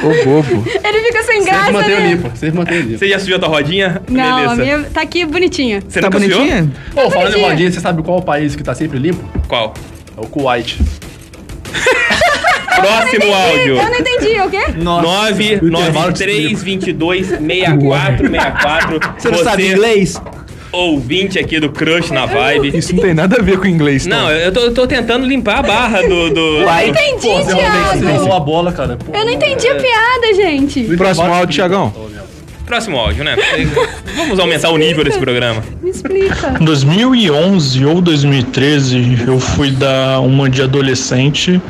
Ô, bobo.
Ele fica sem graça, né?
Você mantém limpo.
Você já sujou tua rodinha?
Não,
Melissa?
a minha tá aqui bonitinha.
Você
Tá
nunca sujou?
Pô, falando em
bonitinha.
rodinha, você sabe qual é o país que tá sempre limpo?
Qual?
É o Kuwait.
Próximo áudio.
Eu não entendi, o quê?
9,
O intervalo
9,
de
3, 22, 64, *laughs* 64.
Você não sabe inglês?
Ouvinte aqui do Crush na Vibe.
Isso não tem nada a ver com inglês, tá?
Não, eu tô, eu tô tentando limpar a barra do. do
Eu não
do-
entendi,
Você rolou
Thiago.
a bola, cara. Pô,
Eu não entendi a piada, gente.
Próximo áudio, Tiagão.
Próximo áudio, né? Vamos aumentar o nível desse programa.
Me explica.
2011 ou 2013, eu fui dar uma de adolescente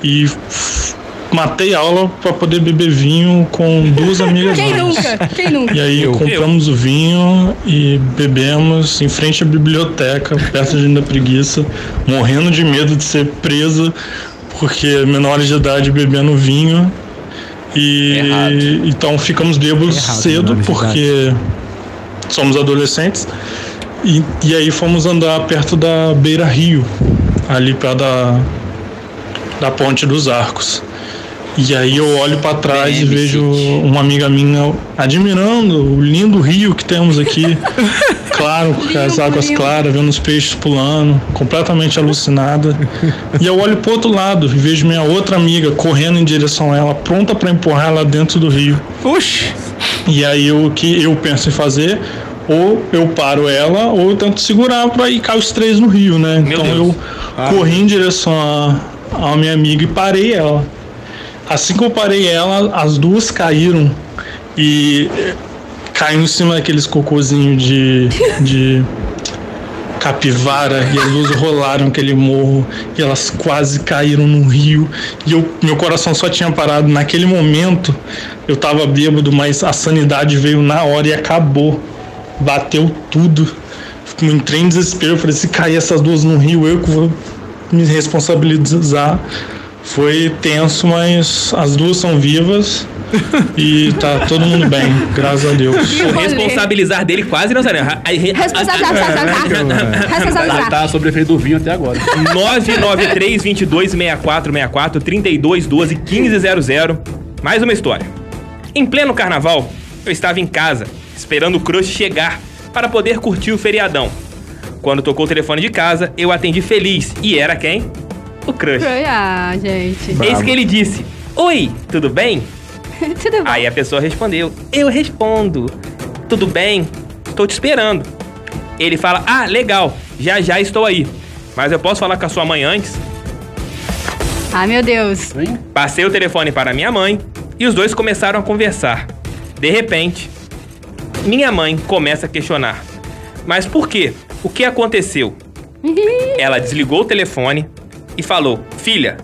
e f- matei a aula pra poder beber vinho com duas amigas
Quem
minhas.
nunca? Quem nunca?
E aí compramos o vinho e bebemos em frente à biblioteca, perto de da preguiça, morrendo de medo de ser presa, porque menores de idade bebendo vinho. E então ficamos bêbados
Errado,
cedo,
menores de
porque somos adolescentes. E, e aí fomos andar perto da Beira Rio, ali perto da, da Ponte dos Arcos. E aí eu olho pra trás e vejo um uma amiga minha admirando o lindo rio que temos aqui. claro, com as águas claras, vendo os peixes pulando, completamente alucinada. E eu olho pro outro lado e vejo minha outra amiga correndo em direção a ela, pronta pra empurrar ela dentro do rio. Oxi! E aí o que eu penso em fazer? Ou eu paro ela, ou eu tento segurar pra ir cá os três no rio, né? então eu corri em direção a, a minha amiga e parei ela. Assim que eu parei ela, as duas caíram e eh, caiu em cima daqueles cocôzinhos de, de capivara e as duas rolaram aquele morro e elas quase caíram no rio e eu, meu coração só tinha parado naquele momento. Eu tava bêbado, mas a sanidade veio na hora e acabou. Bateu tudo. Eu Entrei em desespero, falei, se cair essas duas no rio, eu que vou me responsabilizar. Foi tenso, mas as duas são vivas e tá todo mundo bem, graças a Deus.
O responsabilizar dele quase não né? saiu.
Ele tá sobre o efeito do vinho até agora.
993 22 64 64 32 12 1500. Mais uma história. Em pleno carnaval, eu estava em casa, esperando o crush chegar para poder curtir o feriadão. Quando tocou o telefone de casa, eu atendi feliz. E era quem? O crush.
Ah, gente.
Eis que ele disse: Oi, tudo bem?
*laughs* Tudo bom.
Aí a pessoa respondeu: Eu respondo. Tudo bem? Estou te esperando. Ele fala: Ah, legal, já já estou aí. Mas eu posso falar com a sua mãe antes?
Ah, meu Deus.
Passei o telefone para minha mãe e os dois começaram a conversar. De repente, minha mãe começa a questionar: Mas por quê? O que aconteceu? Ela desligou o telefone e falou: Filha,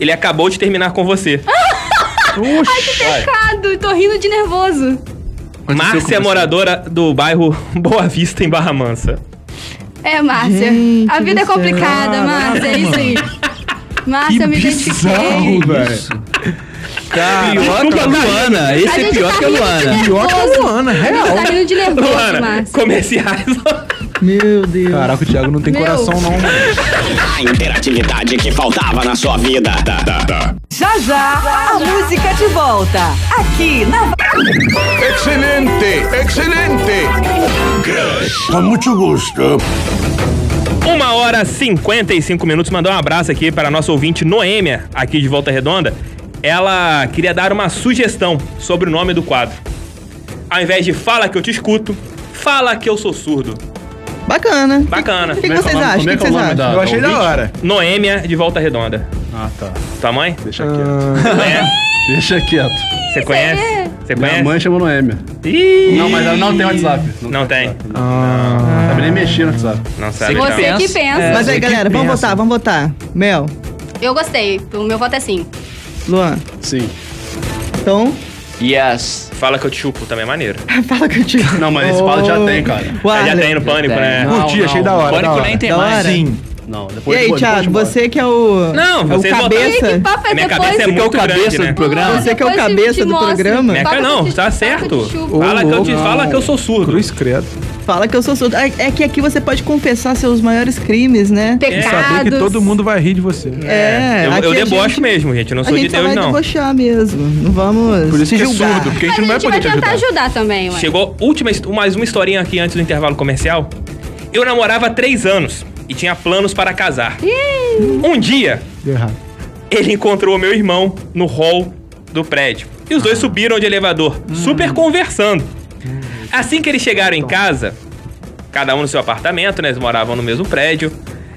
ele acabou de terminar com você.
Ai, que pecado. Tô rindo de nervoso.
Márcia é moradora do bairro *laughs* Boa Vista, em Barra Mansa.
É, Márcia. a vida é
do céu.
complicada, Márcia. É isso aí. Márcia, eu me identifiquei.
velho.
Cara, pior que a Luana.
A
Esse é
gente
pior
tá
que a
rindo de
Luana.
nervoso. A gente tá rindo de nervoso,
Luana,
Márcio.
comerciais.
Meu Deus.
Caraca, o Thiago não tem
Meu.
coração, não.
A interatividade que faltava na sua vida.
Já já a música de volta. Aqui na.
Excelente, excelente.
Crush. Com muito gosto.
Uma hora e 55 minutos. Mandar um abraço aqui para a nossa ouvinte Noêmia, aqui de Volta Redonda. Ela queria dar uma sugestão sobre o nome do quadro. Ao invés de fala que eu te escuto, fala que eu sou surdo.
Bacana.
Bacana. é
O que, que vocês acham? O Ah,
é
que, que vocês acham?
Noêmia de Volta Redonda. Ah, tá. Tua mãe? Deixa quieto.
Deixa quieto.
Você conhece? Você
Minha
conhece?
mãe chama Noêmia. Não, mas ela não tem WhatsApp.
Não, tem.
Não sabe nem mexer no WhatsApp.
Não então.
sabe.
Você que pensa. pensa.
Mas
É,
Você que
aí, galera, vamos
pensa.
votar, vamos votar. Mel,
Eu gostei. O meu voto é sim.
Luan.
Sim.
Então.
Yes. Fala que eu te chupo também é maneiro.
*laughs* Fala que eu te.
Não, mas esse fala já tem, cara.
*laughs* O
já
Arlen.
tem no pânico,
tem.
né?
Não, Curti, não. achei da hora, Pânico da hora. nem tem
Da mais. hora?
Sim. Não,
E
depois
aí,
depois-
Thiago, você que é o.
Não,
é o
vocês votaram.
cabeça.
Ih, que papo é Minha depois? cabeça é
Você que
muito grande, né?
Você que é o
Depois te-
cabeça
te
do
mostro.
programa.
Minha cara, não, tá certo. Fala que eu te fala que eu sou surdo. Cruz
credo.
Fala que eu sou surdo. É é que aqui você pode confessar seus maiores crimes, né?
E saber que todo mundo vai rir de você.
É,
eu,
aqui
eu
a
debocho
gente-
mesmo, gente. Eu não
a
sou de
gente só
Deus,
vai
não.
debochar mesmo. Não vamos
Por isso
se
que é
julgar.
surdo, porque a gente
Mas
não vai
a gente
poder
vai
te
tentar
ajudar.
ajudar também, ué.
Chegou última, his- mais uma historinha aqui antes do intervalo comercial. Eu namorava há três anos e tinha planos para casar. Um dia,
Deu errado.
ele encontrou meu irmão no hall do prédio. E os
Ah.
dois subiram de elevador,
Hum.
super conversando. Assim que eles chegaram em casa, cada um no seu apartamento, né? Eles moravam no mesmo prédio.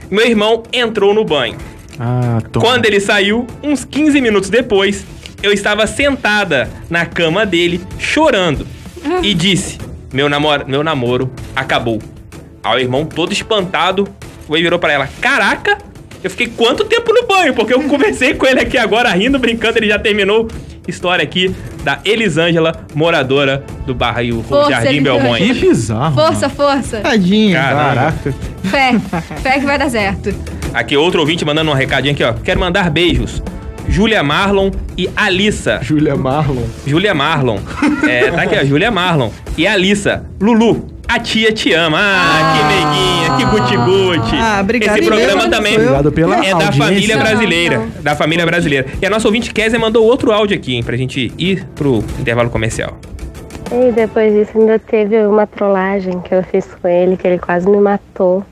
Meu irmão entrou no banho.
Ah, toma.
Quando ele saiu, uns 15 minutos depois, eu estava sentada na cama dele, chorando, e disse: meu, namoro, meu namoro acabou. Aí o irmão, todo espantado, ele virou pra ela: Caraca, eu fiquei quanto tempo no banho? Porque eu conversei com ele aqui agora, rindo, brincando, ele já terminou. História aqui da Elisângela, moradora do Barrio
Força,
Jardim
Elisângela.
Belmonte.
Que
bizarro.
Força, força.
Tadinha.
Caraca.
*laughs*
Fé. Fé que vai dar certo.
Aqui, outro ouvinte mandando um recadinho aqui, ó. Quero mandar beijos. Júlia Marlon e Alissa.
Júlia Marlon.
Júlia
*laughs*
Marlon. É, tá aqui, ó. Júlia Marlon. E Alissa. Lulu, a tia te ama. Ah, que neguinha, que guti-guti.
Ah, obrigado.
Esse
E
programa
mesmo,
também
sou eu. Obrigado pela
é da
audiência.
família
Não,
brasileira. Da família brasileira. E a nossa ouvinte Kézia mandou outro áudio aqui, hein, pra gente ir pro intervalo comercial.
E depois disso ainda teve uma trollagem que eu fiz com ele, que ele quase me matou.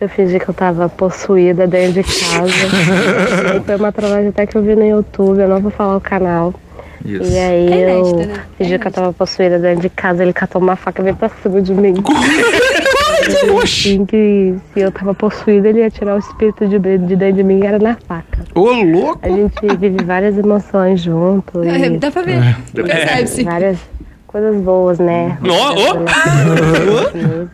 Eu fingi que eu tava possuída dentro de
*laughs*
casa. Foi uma trollagem até que eu vi no YouTube, eu não vou falar o canal.
Isso.
E aí
É
eu
inédito, né?
fingi que eu tava possuída dentro de casa, ele catou uma faca e veio pra cima de
*laughs*
mim. Eu assim que se eu tava possuída, ele ia tirar o espírito de dentro de, dentro de mim e era na faca.
Ô, louco!
A gente vive várias emoções
*laughs*
junto. e-
É, dá pra ver. É. Percebe-se.
Várias coisas boas, né?
Ó,
ó!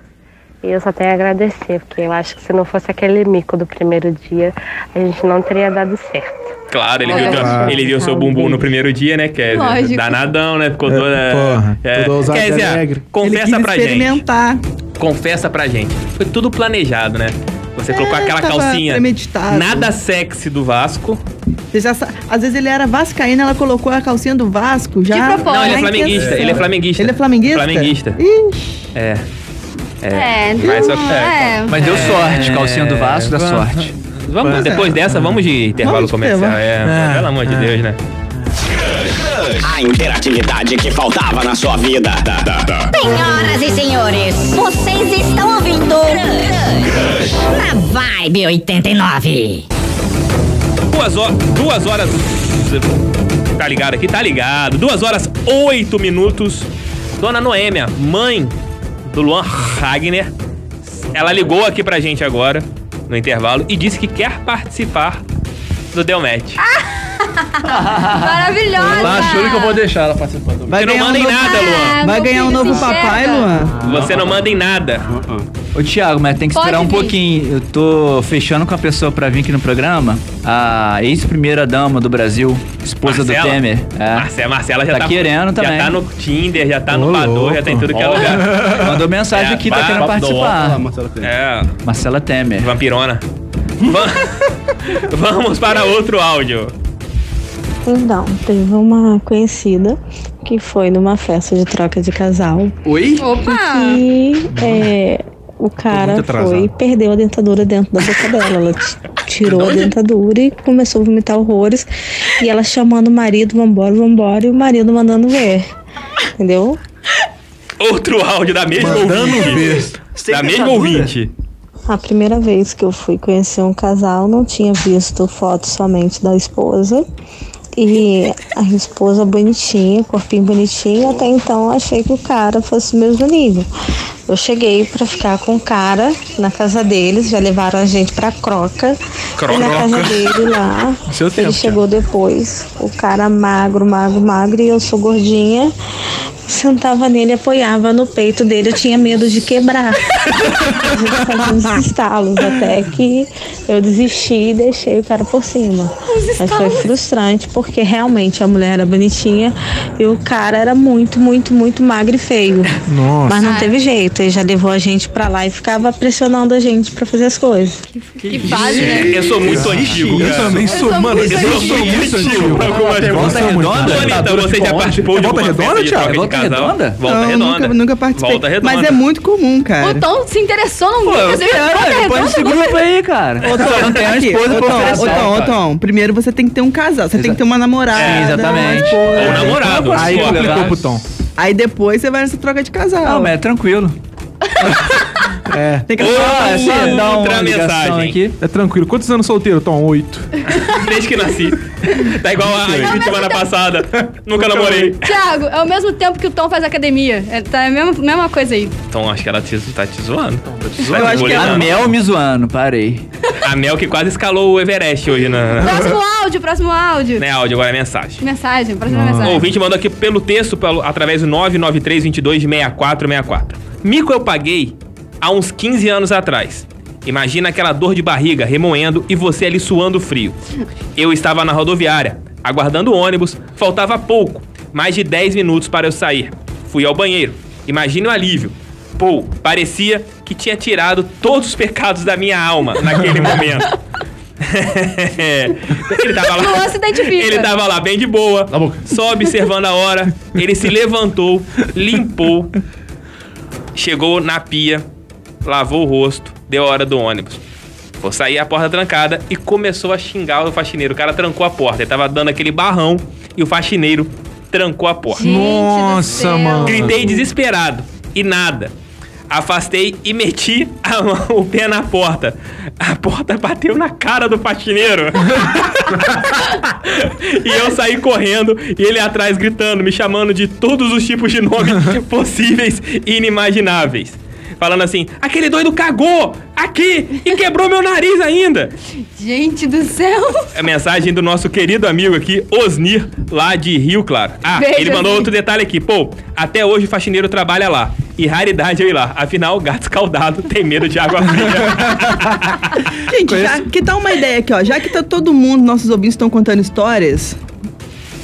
E eu só tenho a agradecer, porque eu acho que se não fosse aquele mico do primeiro dia, a gente não teria dado certo.
Claro, ele,
Olha
viu,
só.
ele viu seu bumbum no primeiro dia, né, Kézia?
Lógico.
Danadão, né? Ficou toda.
É,
É.
porra, toda ousada e
Kézia,
alegre.
Ele quis
confessa pra gente.
experimentar.
Confessa pra gente. Foi tudo planejado, né? Você colocou aquela
tava
calcinha
premeditado.
nada sexy do Vasco.
Você já sa- Às vezes ele era vascaína, ela colocou a calcinha do Vasco já.
Não, ele é
já em
flamenguista.
intenção.
Ele é flamenguista.
Ele é flamenguista?
Flamenguista. É.
É,
Mas, só-
é.
é.
Mas deu sorte, calcinha do Vasco dá
va-
sorte.
Vamos,
Pois é.
depois dessa, vamos de intervalo
Vamos de
comercial.
intervalo.
É,
Ah,
pelo amor de
ah.
Deus, né?
A interatividade que faltava na sua vida.
Senhoras e senhores, vocês estão ouvindo Crush. na Vibe 89.
Duas horas. Duas horas. Tá ligado aqui? Tá ligado. Duas horas, oito minutos. Dona Noêmia, mãe do Luan Ragner, ela ligou aqui pra gente agora, no intervalo, e disse que quer participar do Delmatch.
Maravilhosa.
Tá achando que eu vou deixar ela participar do
Porque não manda em
É,
nada, Luan.
um Vai ganhar um novo papai, Luan?
Você não manda em nada.
Ô, Thiago, mas tem que
Pode
esperar um
vir.
pouquinho. Eu tô fechando com a pessoa pra vir aqui no programa. A ex-primeira-dama do Brasil, esposa do Temer. É.
Marcela, Marcela já
Tá
tá,
querendo também.
Já tá no Tinder, já tá no Badoo, já tá em tudo que é
Ó.
lugar.
Mandou mensagem aqui, tá
É,
papo
querendo
do
participar.
óculos, Marcela Temer. É.
Marcela Temer.
*laughs* Vampirona. Va- Vamos para outro áudio.
Então, teve uma conhecida que foi numa festa de troca de casal.
Oi?
Opa! E é, o cara
muito atrasado.
foi e perdeu a dentadura dentro da boca dela. Ela t- tirou a
Doida.
dentadura e começou a vomitar horrores. E ela chamando o marido, vambora, vambora, e o marido mandando ver. Entendeu?
Outro áudio da mesma
Mandando
ouvinte. Da mesma ouvinte.
A primeira vez que eu fui conhecer um casal, não tinha visto foto somente da esposa. E a esposa bonitinha, corpinho bonitinho, até então eu achei que o cara fosse o mesmo nível. Eu cheguei pra ficar com o cara na casa deles, já levaram a gente pra Croca.
Croca.
E na casa dele lá,
No seu tempo,
ele chegou depois. O cara magro, magro, magro, e eu sou gordinha. Sentava nele, apoiava no peito dele, eu tinha medo de quebrar. A gente fazia uns estalos até que eu desisti e deixei o cara por cima. Mas foi frustrante porque realmente a mulher era bonitinha e o cara era muito, muito, muito magro e feio.
Nossa.
Mas não teve jeito, ele já levou a gente pra lá e ficava pressionando a gente pra fazer as coisas.
Que fase, né? Eu sou muito antigo.
Eu
cara.
também sou, mano,
Eu
eu
sou
sou
muito
muito
antigo.
antigo.
pra algumas
Volta
coisas.
redonda?
Bonita,
Ditadura
você
de
já
ponte.
participou de
Volta
uma festa
redonda,
de
Thiago?
troca de
Volta
casal?
redonda?
Volta
Não,
redonda.
Nunca, nunca participei.
Volta redonda.
Mas é muito comum, cara.
O Tom se interessou num
Pô,
grupo.
eu
Você viu?
quero,
Volta
é,
põe
Redonda,
esse
Volta-
grupo aí, cara.
Ô, Tom, não tem uma
tá Aqui,
esposa
ô,
pra
Tom,
oferecer,
Ô, Tom, ô,
cara.
Tom, primeiro você tem que ter um casal. Você tem que ter uma namorada.
É, exatamente.
uma esposa.
Ou um namorado,
Aí
só,
complicou
né?
pro Tom. Aí depois você vai nessa troca de casal. Não, mas
é tranquilo.
É.
Tem
que- Ah, é só dar uma Outra ligação mensagem. aqui.
É tranquilo. Quantos anos solteiro, Tom? Oito.
Desde que
*laughs*
nasci. Tá igual a
Sei.
gente semana passada. Nunca namorei.
Thiago, é ao mesmo tempo que o Tom faz academia. É, tá, é a mesma, mesma coisa aí.
Então acho que ela te, tá te zoando. Tá te
Eu acho que é a
molhando.
Mel me zoando, parei.
A Mel que quase escalou o Everest hoje na.
Próximo áudio, próximo áudio.
Não é áudio, agora é mensagem.
Mensagem, próxima
O
mensagem.
Ah. ouvinte mandou aqui pelo texto, pelo, através do 993-22-6464. Mico eu paguei há uns 15 anos atrás. Imagina aquela dor de barriga remoendo e você ali suando frio. Eu estava na rodoviária, aguardando o ônibus, faltava pouco, mais de 10 minutos para eu sair. Fui ao banheiro. Imagine o alívio. Pô, parecia que tinha tirado todos os pecados da minha alma
*laughs*
naquele momento. *laughs* É. Ele tava lá.
Luan se identifica.
Ele tava lá bem de boa, só observando a hora. Ele se levantou, limpou, chegou na pia, lavou o rosto, deu a hora do ônibus. Foi sair a porta trancada e começou a xingar o faxineiro. O cara trancou a porta. Ele tava dando aquele barrão e o faxineiro trancou a porta.
Gente do Nossa, céu. mano.
Gritei desesperado e nada. Afastei e meti a mão- o pé na porta. A porta bateu na cara do faxineiro. *laughs* E eu saí correndo e ele atrás gritando, me chamando de todos os tipos de nomes possíveis e inimagináveis. Falando assim, aquele doido cagou aqui e quebrou meu nariz ainda.
Gente do céu.
É a mensagem do nosso querido amigo aqui, Osnir, lá de Rio Claro. Ah,
Beijo,
ele mandou
Osnir.
outro detalhe aqui. Pô, até hoje o faxineiro trabalha lá. E raridade eu ir lá. Afinal, gato *laughs* escaldado tem medo de água fria.
Gente, já que tá uma ideia aqui, ó. Já que tá todo mundo, nossos ouvintes estão contando histórias,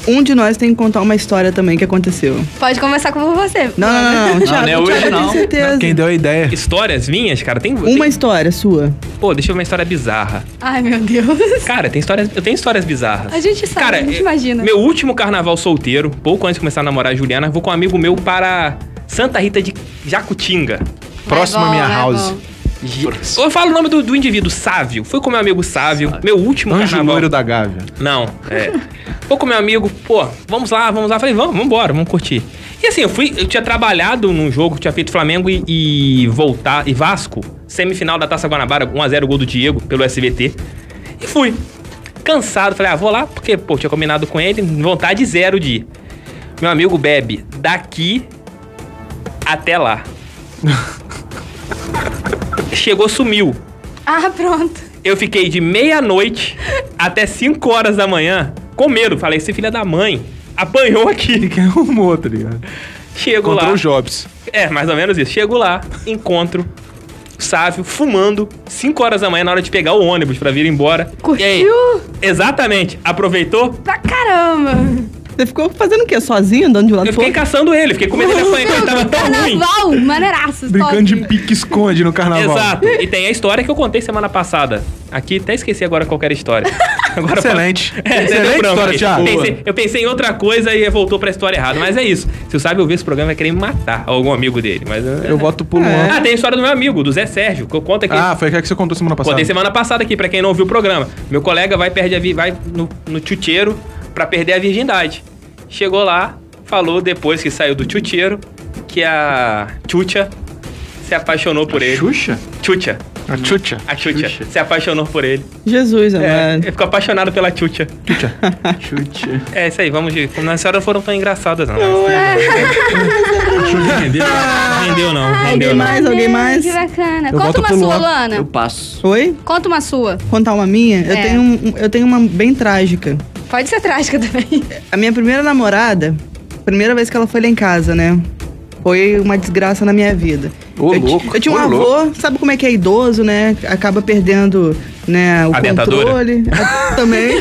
um de nós tem que contar uma história também que aconteceu.
Pode começar com você.
Não, não, não, não. Thiago,
não é
Thiago,
hoje,
eu tenho
não.
certeza.
Quem assim?
deu a ideia?
*laughs* Histórias minhas, cara, tem.
Uma história sua.
Pô, deixa eu ver uma história bizarra.
Ai, meu Deus.
Cara, tem histórias, eu tenho histórias bizarras.
A gente sabe,
Cara,
a gente
é-
imagina.
Meu último carnaval solteiro, pouco antes de começar a namorar a Juliana, vou com um amigo meu para Santa Rita de Jacutinga.
Próximo à bom, minha vai house. bom.
Eu falo o nome do, do indivíduo, Sávio. Fui com meu amigo Sávio, meu último
Anjo
carnaval.
loiro da Gávea.
Não, é. Vou com meu amigo, pô, vamos lá, vamos lá. Falei, vamos, vamos embora, vamos curtir. E assim, eu fui, eu tinha trabalhado num jogo, tinha feito Flamengo e, e voltar, e Vasco, semifinal da Taça Guanabara, 1x0 gol do Diego pelo SBT. E fui. Cansado, falei, ah, vou lá, porque, pô, tinha combinado com ele, vontade zero de ir. Meu amigo bebe daqui até lá. Chegou, sumiu.
Ah, pronto.
Eu fiquei de meia-noite até 5 horas da manhã com medo. Falei, esse filho é da mãe apanhou
*laughs*
aqui.
Que arrumou, tá ligado?
Chego
Encontrou
lá.
o Jobs.
É, mais ou menos isso. Chego lá, encontro o Sávio fumando 5 horas da manhã na hora de pegar o ônibus pra vir embora. Curtiu? exatamente. Aproveitou?
Pra caramba.
Você ficou fazendo o quê? Sozinho, andando de um lado
Eu fiquei caçando ele, fiquei com medo de apanhar, ele
*laughs*
tava tão ruim.
Carnaval, maneiraço.
Brincando de
top.
pique-esconde no carnaval. *laughs*
Exato. E tem a história que eu contei semana passada. Aqui, até esqueci agora qualquer história. Agora
Excelente.
fala- *laughs* É,
Excelente
deu branco
história,
aí.
Thiago.
Pensei- eu pensei em outra coisa e voltou pra história errada. Mas é isso. Se o Sábio ouvir esse programa, vai querer me matar. ou Algum amigo dele. Mas
Eu voto por Luan.
Ah, tem a história do meu amigo, do Zé Sérgio, que eu conto aqui.
Ah, foi aquela que você contou semana passada.
Contei semana passada aqui, pra quem não ouviu o programa. Meu colega vai perder a vi- vai no, no chuteiro pra perder a virgindade. Chegou lá, falou depois que saiu do chuteiro que a Chucha se apaixonou por ele.
Xuxa?
Chucha.
A Chucha.
A Chucha se apaixonou por ele.
Jesus,
É,
amado.
ele ficou apaixonado pela Chucha. *laughs* Chucha.
Chucha.
É isso aí, vamos de. Como as senhoras foram tão engraçadas, não. mas-
é.
Rendeu, rendeu não, rendeu não.
demais, alguém mais?
Que bacana. Conta uma sua, Luana.
passo.
Oi?
Conta uma sua.
Contar uma minha? Eu,
É.
tenho um- um- eu tenho uma bem trágica.
Pode ser trágica também.
A minha primeira namorada, primeira vez que ela foi lá em casa, né? Foi uma desgraça na minha vida.
Ô,
eu, ti-
louco,
eu tinha
ô,
um avô,
louco.
sabe como é que é idoso, né? Acaba perdendo né, o
A dentadura?
controle. *laughs* A- também.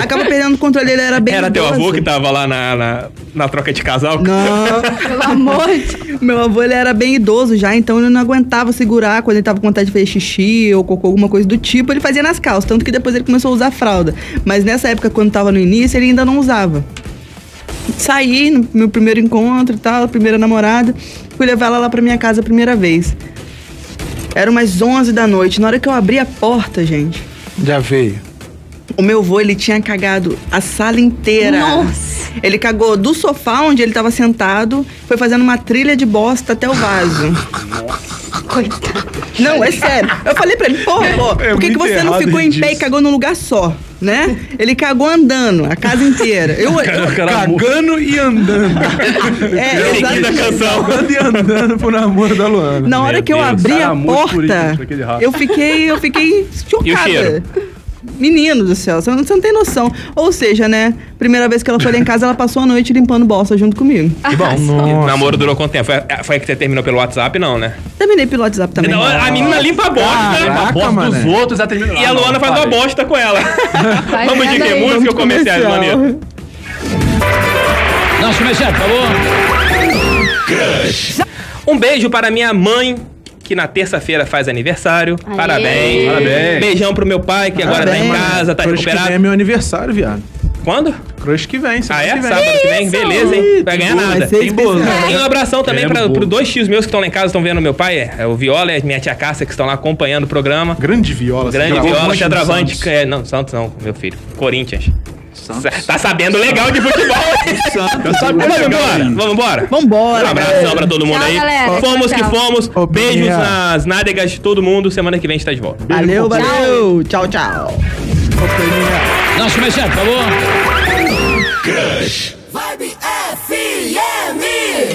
Acaba perdendo o controle, ele era bem
Era teu
idoso.
avô que tá- tava lá na, na, na troca de casal?
Não. Pelo
*laughs*
amor de... Meu avô, ele era bem idoso já, então ele não aguentava segurar quando ele tava com vontade de fazer xixi ou cocô, alguma coisa do tipo. Ele fazia nas calças, tanto que depois ele começou a usar fralda. Mas nessa época, quando tava no início, ele ainda não usava. Saí no meu primeiro encontro e tal, primeira namorada. Fui levar ela lá pra minha casa a primeira vez. Era umas 11 da noite. Na hora que eu abri a porta, gente,
Já veio.
o meu avô, ele tinha cagado a sala inteira.
Nossa!
Ele cagou do sofá onde ele tava sentado, foi fazendo uma trilha de bosta até o vaso. Coitado. Não, é sério. Eu falei pra ele, pô, pô,
É
por que, que
muito
você não
errado
ficou em pé e
disso.
cagou num lugar só, né? Ele cagou andando, a casa inteira. Eu, eu,
Cagando e andando.
É,
Seguindo a
exatamente.
canção. Cagando e andando pro namoro da Luana.
Na hora que eu abri a porta, eu fiquei, eu fiquei chocada.
cheiro?
Menino do céu, você não, você não tem noção. Ou seja, né? Primeira vez que ela foi lá em casa, ela passou a noite limpando bosta junto comigo.
Que bom. O namoro durou quanto tempo? Foi, foi que você terminou pelo WhatsApp, não, né?
Terminei pelo WhatsApp também.
Não, a menina limpa a bosta,
Caraca,
limpa a bosta
mané.
dos outros,
já terminou.
E a Luana faz uma bosta com ela.
Vai
Vamos de
vendo
é
que
aí.
música
Vamos
ou
de
comerciais,
comercial.
Luaninha?
Nosso comercial, por
favor. Um beijo para minha mãe, que na terça-feira faz aniversário. Parabéns.
Parabéns.
Beijão pro meu pai, que agora tá em casa, tá
Crush que
recuperado.
vem é meu aniversário, viado.
Quando?
Crush que vem.
Ah,
semana
é?
que vem.
Sábado que vem? Beleza, hein? Vai ganhar nada.
Tem bolo.
E um abração também
Queremos
para
bolo.
dois tios meus que estão lá em casa, estão vendo meu pai, é o Viola e a minha tia Cássia, que estão lá acompanhando o programa.
Grande Viola.
Grande
gravou
Viola,
muito no
Teatravante.
Santos.
que É, não, Santos não, meu filho. Corinthians.
um
Tá sabendo legal de futebol, hein?
Santos.
Tá sabendo Vamos embora, vamos embora.
Vambora.
Um abração pra todo mundo
Tchau,
aí.
galera.
Fomos
Tchau,
que
tchau.
fomos. Beijos
Biel.
nas nádegas de todo mundo. Semana que vem a gente tá de volta.
Valeu, valeu. Tchau, tchau.
Nosso comercial, por favor.
Crush.